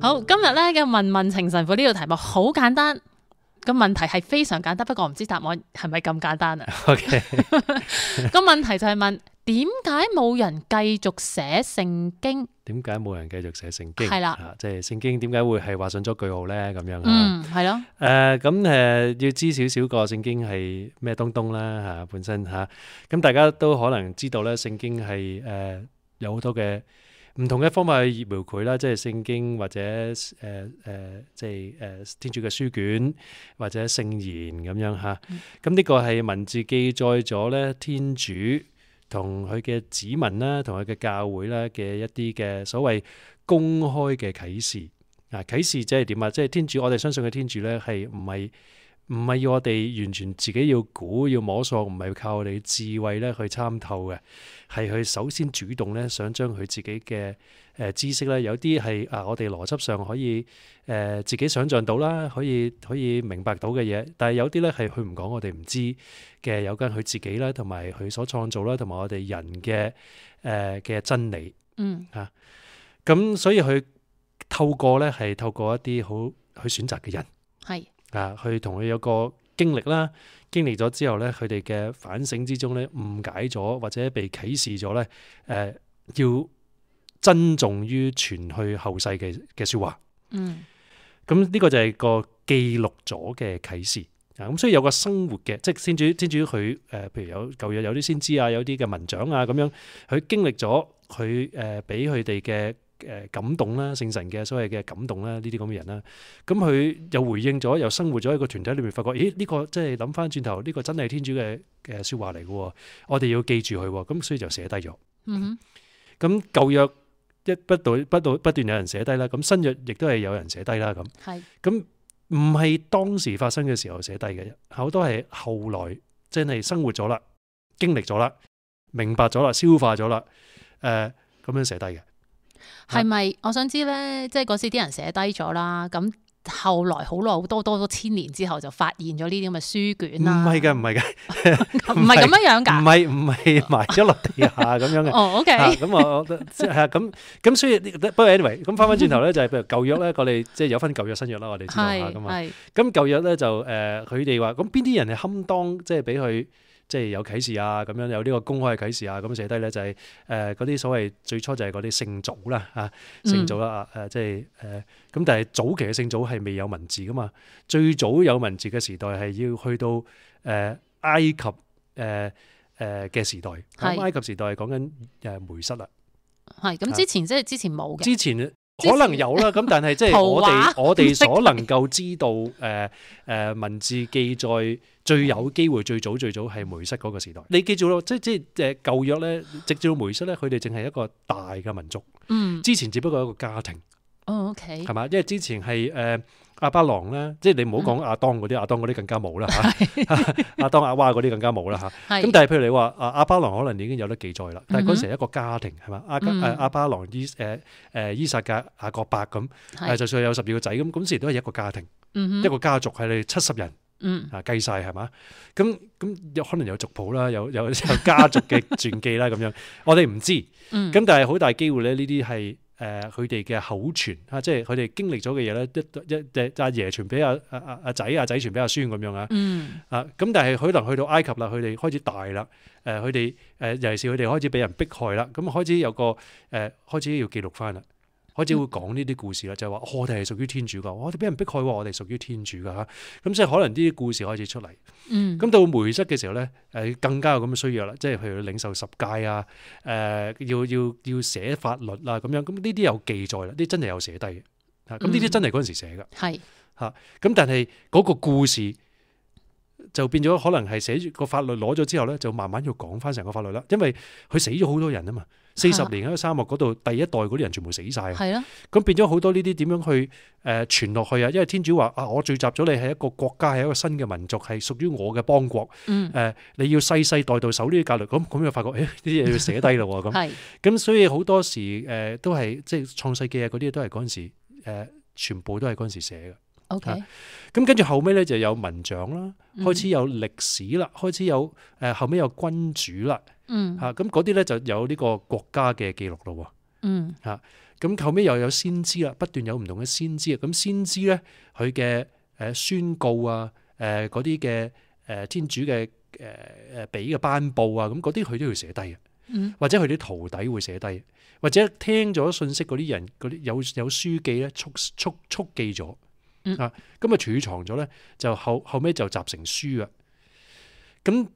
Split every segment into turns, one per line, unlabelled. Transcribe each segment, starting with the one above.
好，今日咧嘅問問情神父呢條題目好簡單，個問題係非常簡單，不過我唔知答案係咪咁簡單啊？
OK，
個問題就係問點解冇人繼續寫聖經？
點解冇人繼續寫聖經？
係啦
啊，即係聖經點解會係畫上咗句號咧？咁樣啊。
嗯，係咯，
誒呃咁誒要知少少個聖經係咩東東啦嚇，本身嚇，咁大家都可能知道咧，聖經係誒有好多嘅唔同嘅方法去描繪啦，即係聖經或者誒誒即係誒天主嘅書卷或者聖言咁樣嚇，咁呢個係文字記載咗咧天主同佢嘅子民啦，同佢嘅教會啦嘅一啲嘅所謂公開嘅啟示。啊！啟示即係點啊？即係天主，我哋相信嘅天主咧，係唔係唔係要我哋完全自己要估要摸索，唔係靠我哋智慧咧去參透嘅，係佢首先主動咧想將佢自己嘅誒知識咧，有啲係啊，我哋邏輯上可以誒、呃自己想像到啦，可以可以明白到嘅嘢，但係有啲咧係佢唔講，我哋唔知嘅有關佢自己啦，同埋佢所創造啦，同埋我哋人嘅誒嘅真理。
嗯
咁所以佢透過咧係透過一啲好去選擇嘅人
係，
啊，去同佢有個經歷啦，經歷咗之後咧，佢哋嘅反省之中咧誤解咗或者被啟示咗咧，誒、要珍重於傳去後世嘅嘅説話。
嗯
咁呢個就係個記錄咗嘅啟示啊！咁所以有個生活嘅，即係先主先主佢誒、呃譬如有舊約有啲先知啊，有啲嘅文長啊咁樣，佢經歷咗佢誒俾佢哋嘅誒感動啦，聖神嘅所謂嘅感動啦，呢啲咁嘅人啦，咁佢又回應咗，又生活咗喺個團體裏面，發覺咦呢、個即係諗翻轉頭，呢、個真係天主嘅嘅説話嚟嘅喎，我哋要記住佢喎，咁所以就寫低咗。
嗯
咁舊約一不斷不斷不斷有人寫低啦，咁新約亦都係有人寫低啦咁。
哼，係，
咁唔係當時發生嘅時候寫低嘅，好多係後來真係生活咗啦，經歷咗啦，明白咗啦，消化咗啦，誒、咁樣寫低嘅。
係咪？我想知咧，即係嗰時啲人寫低咗啦，咁後來好耐好多多咗千年之後就發現咗呢啲咁嘅書
唔
卷啦。
係嘅，唔係嘅，
唔係咁樣樣
唔
㗎。
係唔係埋咗落地下咁 樣嘅。
哦，OK，
啊咁我我覺得即係啊咁咁，所以呢不過 anyway，咁翻翻轉頭咧，就係譬如舊約咧，我哋即係有分舊約新約啦，我哋知道下
係
噶嘛。
係，
咁啊舊約咧就誒，呃佢哋話咁邊啲人係堪當，即係俾佢即係有啟示啊，咁樣有呢個公開嘅啟示啊，咁寫低咧就係誒嗰啲所謂最初就係嗰啲聖祖啦嚇，聖祖啦啊誒，即係誒咁，但係早期嘅聖祖係未有文字噶嘛，最早有文字嘅時代係要去到誒、呃埃及誒誒嘅時代，
係
咁埃及時代係講緊誒梅瑟啦，啊
係咁之前即係之前冇嘅，
之前。
之前
可 能有啦，咁但係即係
圖
我
畫
哋我哋所能夠知道誒誒、呃呃文字記載最有機會最早最早係梅瑟嗰個時代。你記住咯，即即誒舊約咧，直至到梅瑟咧，佢哋淨係一個大嘅民族，
嗯，
之前只不過一個家庭
哦，OK，
係嘛？因為之前係誒亞巴郎啦，即係你唔好講
嗯
亞當嗰啲，亞當嗰啲更加 冇啦嚇，亞當亞娃嗰啲更加冇啦嚇。咁
係，
但係譬如你話啊阿巴郎可能已經有得記載啦，但係嗰陣時係一個家庭係嘛？阿
嗯
誒阿巴郎伊誒誒伊撒格雅各伯咁，誒
係，
就算有十二個仔咁，嗰時都係一個家庭
嗯
一
哼，
個家族係你七十人
嗯，
啊計晒係嘛？咁咁有可能有族譜啦，有 有有家族嘅傳記啦咁樣，我哋唔知。
嗯，
咁但係好大機會咧，呢啲係誒佢哋嘅口傳啊，即係佢哋經歷咗嘅嘢咧，一一一阿爺傳俾阿阿阿阿仔，阿仔傳俾阿孫咁樣啊。
嗯，
啊，咁但係可能去到埃及啦，佢哋開始大啦，誒佢哋誒尤其是佢哋開始俾人迫害啦，咁開始有個誒、呃、開始要記錄翻啦，開始會講呢啲故事啦，就係、話、哦我哋係屬於天主噶，我哋俾人迫害喎，我哋屬於天主噶嚇，咁即係可能呢啲故事開始出嚟。
嗯，
咁到梅瑟嘅時候咧，誒、更加有咁嘅需要啦，即係譬如領受十戒啊，誒、要要要寫法律啊咁樣，咁呢啲有記載啦，呢啲真係有寫低嘅，啊咁呢啲真係嗰陣時寫噶。
係，
咁但係嗰個故事就變咗，可能係寫住個法律攞咗之後咧，就慢慢要講翻成個法律啦。因為佢死咗好多人啊嘛，四十年喺沙漠嗰度，第一代嗰啲人全部死晒啊，
係咯，
咁變咗好多呢啲點樣去誒傳落去啊？因為天主話啊，我聚集咗你係一個國家，係一個新嘅民族，係屬於我嘅邦國。誒、
嗯，
你要世世代代守呢啲戒律，咁咁就發覺，哎誒呢啲嘢要寫低啦喎咁。
係，
咁所以好多時誒、呃都係即係創世記啊嗰啲都係嗰陣時誒、呃全部都係嗰陣時寫嘅。
OK，Ừ.
咁跟住後尾咧就有文章啦，
嗯
開始有歷史啦，開始有誒、呃、後尾有君主啦
嗯，
嚇，咁嗰啲咧就有呢個國家嘅記錄咯
嗯
咁後尾又有先知啦，不斷有唔同嘅先知啊。咁先知咧，佢嘅誒宣告啊，誒嗰啲嘅誒天主嘅誒誒俾嘅頒布啊，咁嗰啲佢都要寫低嘅，
嗯
或者佢啲徒弟會寫低，或者聽咗信息嗰啲人嗰啲有有書記咧速速速記咗
嗯
啊，咁啊儲藏咗咧，就後後尾就集成書啊。咁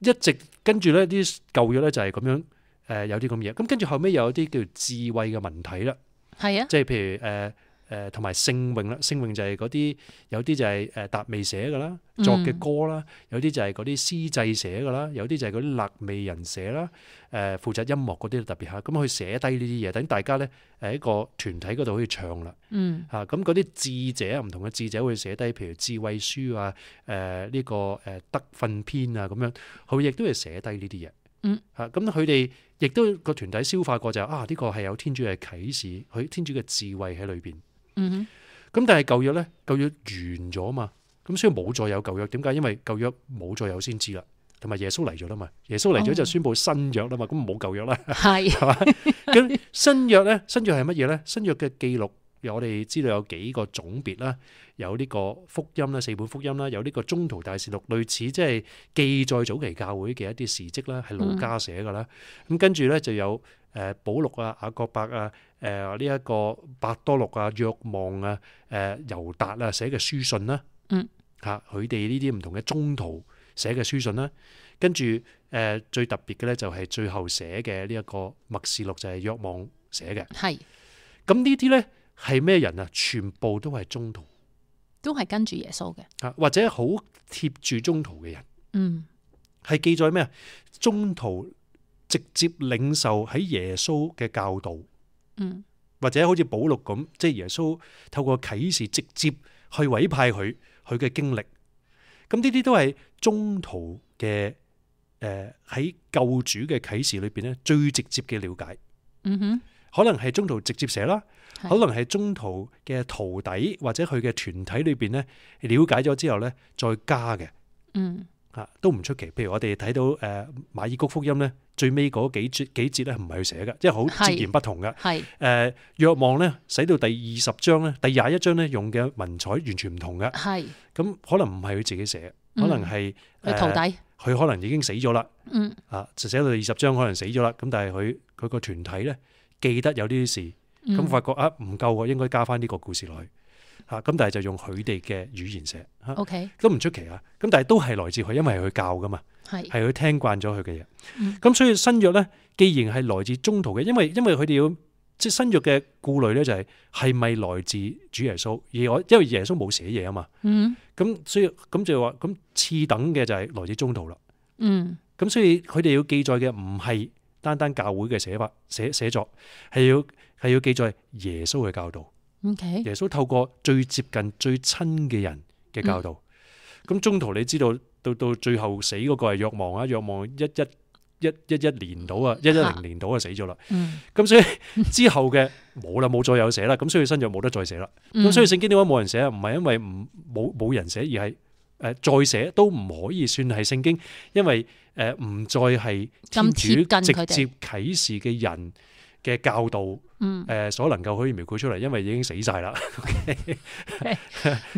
一直跟住咧啲舊約咧就係咁樣誒、呃有啲咁嘢，咁跟住後尾又有啲叫智慧嘅文體啦。
係啊，
即係譬如誒誒同埋聖詠啦，聖詠就係嗰啲有啲就係誒達味寫嘅啦，
嗯
作嘅歌啦，有啲就係嗰啲詩祭寫嘅啦，有啲就係嗰啲勒味人寫啦，誒、呃負責音樂嗰啲特別嚇，咁佢寫低呢啲嘢，等大家咧誒一個團體嗰度可以唱啦。
嗯
啊，咁嗰啲智者唔同嘅智者會寫低，譬如智慧書啊，誒、呢、個誒德訓篇啊咁樣，佢亦都係寫低呢啲嘢。
嗯，
嚇咁佢哋亦都個團體消化過就係啊，呢、個係有天主嘅啟示，佢天主嘅智慧喺裏邊。
嗯
咁但係舊約咧，舊約完咗嘛，咁所以冇再有舊約。點解？因為舊約冇再有先知啦，同埋耶穌嚟咗啦嘛，耶穌嚟咗
哦
就宣布新約啦嘛，咁冇舊約啦。
哼，係
係嘛？咁新約咧，新約係乜嘢咧？新約嘅記錄，我哋知道有幾個總別啦，有呢個福音啦，四本福音啦，有呢個宗徒大事錄，類似即係記載早期教會嘅一啲事蹟啦，係老家寫噶啦。咁跟住咧就有誒保祿啊、雅各伯啊、誒呢一個伯多祿啊、約望啊、誒猶達啊寫嘅書信啦。
嗯，
嚇佢哋呢啲唔同嘅宗徒寫嘅書信啦，跟住。誒、最特別嘅咧就係最後寫嘅呢一個默示錄就係約望寫嘅。
係
咁呢啲咧係咩人啊？全部都係中途
都係跟住耶穌嘅，
啊，或者好貼住中途嘅人，
嗯
係記載咩啊？中途直接領受喺耶穌嘅教導，
嗯
或者好似保祿咁，即係耶穌透過啟示直接去委派佢佢嘅經歷。咁呢啲都係中途嘅誒喺救主嘅啟示裏邊咧最直接嘅了解。
嗯哼，
可能係中途直接寫啦，
係
可能係中途嘅徒弟或者佢嘅團體裏邊咧了解咗之後咧再加嘅
嗯
嚇都唔出奇。譬如我哋睇到誒、呃、馬爾谷福音咧，最尾嗰幾節幾節咧唔係佢寫嘅，即係好
係
截然不同嘅。
係
誒若望咧，使到第二十章咧，第廿一章咧用嘅文采完全唔同嘅，
係
咁可能唔係佢自己寫，
嗯
可能係
佢徒弟，
呃佢可能已經死咗啦。
嗯
啊，就寫到第二十章可能死咗啦，咁但係佢佢個團體咧記得有呢啲事，
嗯
咁發覺啊唔夠喎，應該加翻呢個故事落去嚇。咁但係就用佢哋嘅語言寫嚇，
，OK
都唔出奇啊。咁但係都係來自佢，因為係佢教噶嘛，
係
係佢聽慣咗佢嘅
嗯
嘢。咁所以新約咧，既然係來自中途嘅，因為因為佢哋要即係新約嘅顧慮咧，就係係咪來自主耶穌？而我因為耶穌冇寫嘢啊嘛，
嗯
咁所以咁就話咁次等嘅就係來自中途啦。
嗯
咁所以佢哋要記載嘅唔係單單教會嘅寫法寫寫作，係要係要記載耶穌嘅教導。
OK
耶穌透過最接近、最親嘅人嘅教導。咁、中途你知道到到最後死嗰個係若望啊，若望一一一一一年到啊，一一零年到啊死咗啦。
嗯
咁所以之後嘅冇啦，冇再有寫啦。咁所以新約冇得再寫啦。咁、
嗯
所以聖經點解冇人寫啊？唔係因為唔冇冇人寫，而係誒、呃再寫都唔可以算係聖經，因為誒唔、再係天
咁貼近佢
主直
哋
接啟示嘅人嘅教導誒、
嗯
呃所能夠可以描繪出嚟，因為已經死晒啦。
明白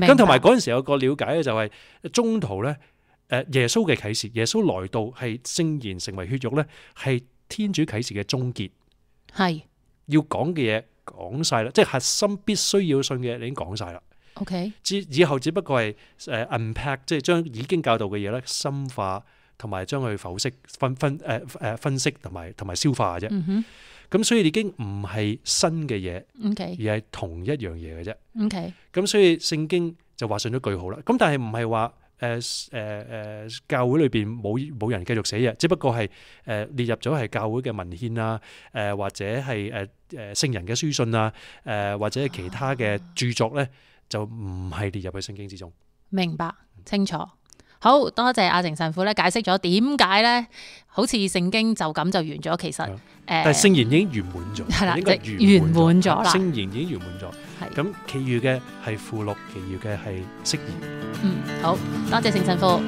咁同埋嗰陣時有個了解咧，就係中途咧，誒耶穌嘅啟示，耶穌來到係聖言成為血肉咧，係天主啟示嘅終結，
係
要講嘅嘢講晒啦，即係核心必須要信嘅嘢已經講晒啦。
OK
之以後只不過係誒 unpack，即係將已經教導嘅嘢咧深化，同埋將佢剖析、分分誒誒分析同埋同埋消化嘅啫。
嗯哼
咁所以已經唔係新嘅嘢，
OK
而係同一樣嘢嘅啫。
OK
咁所以聖經就畫上咗句號啦。咁但係唔係話誒誒誒教會裏邊冇冇人繼續寫嘢，只不過係誒、呃列入咗係教會嘅文獻啊，誒、或者係誒誒聖人嘅書信啊，誒、或者係其他嘅著作咧，就唔係列入去聖經之中。
明白清楚。好多謝阿靜神父咧解釋咗點解咧，好似聖經就咁就完咗，其實
係
誒
啊但係聖言已經圓滿咗，
係啦
應該
即係圓
圓
滿咗啦
聖言已經圓滿咗，
係
咁其餘嘅係附錄，其餘嘅係釋義。
嗯好多謝聖神父，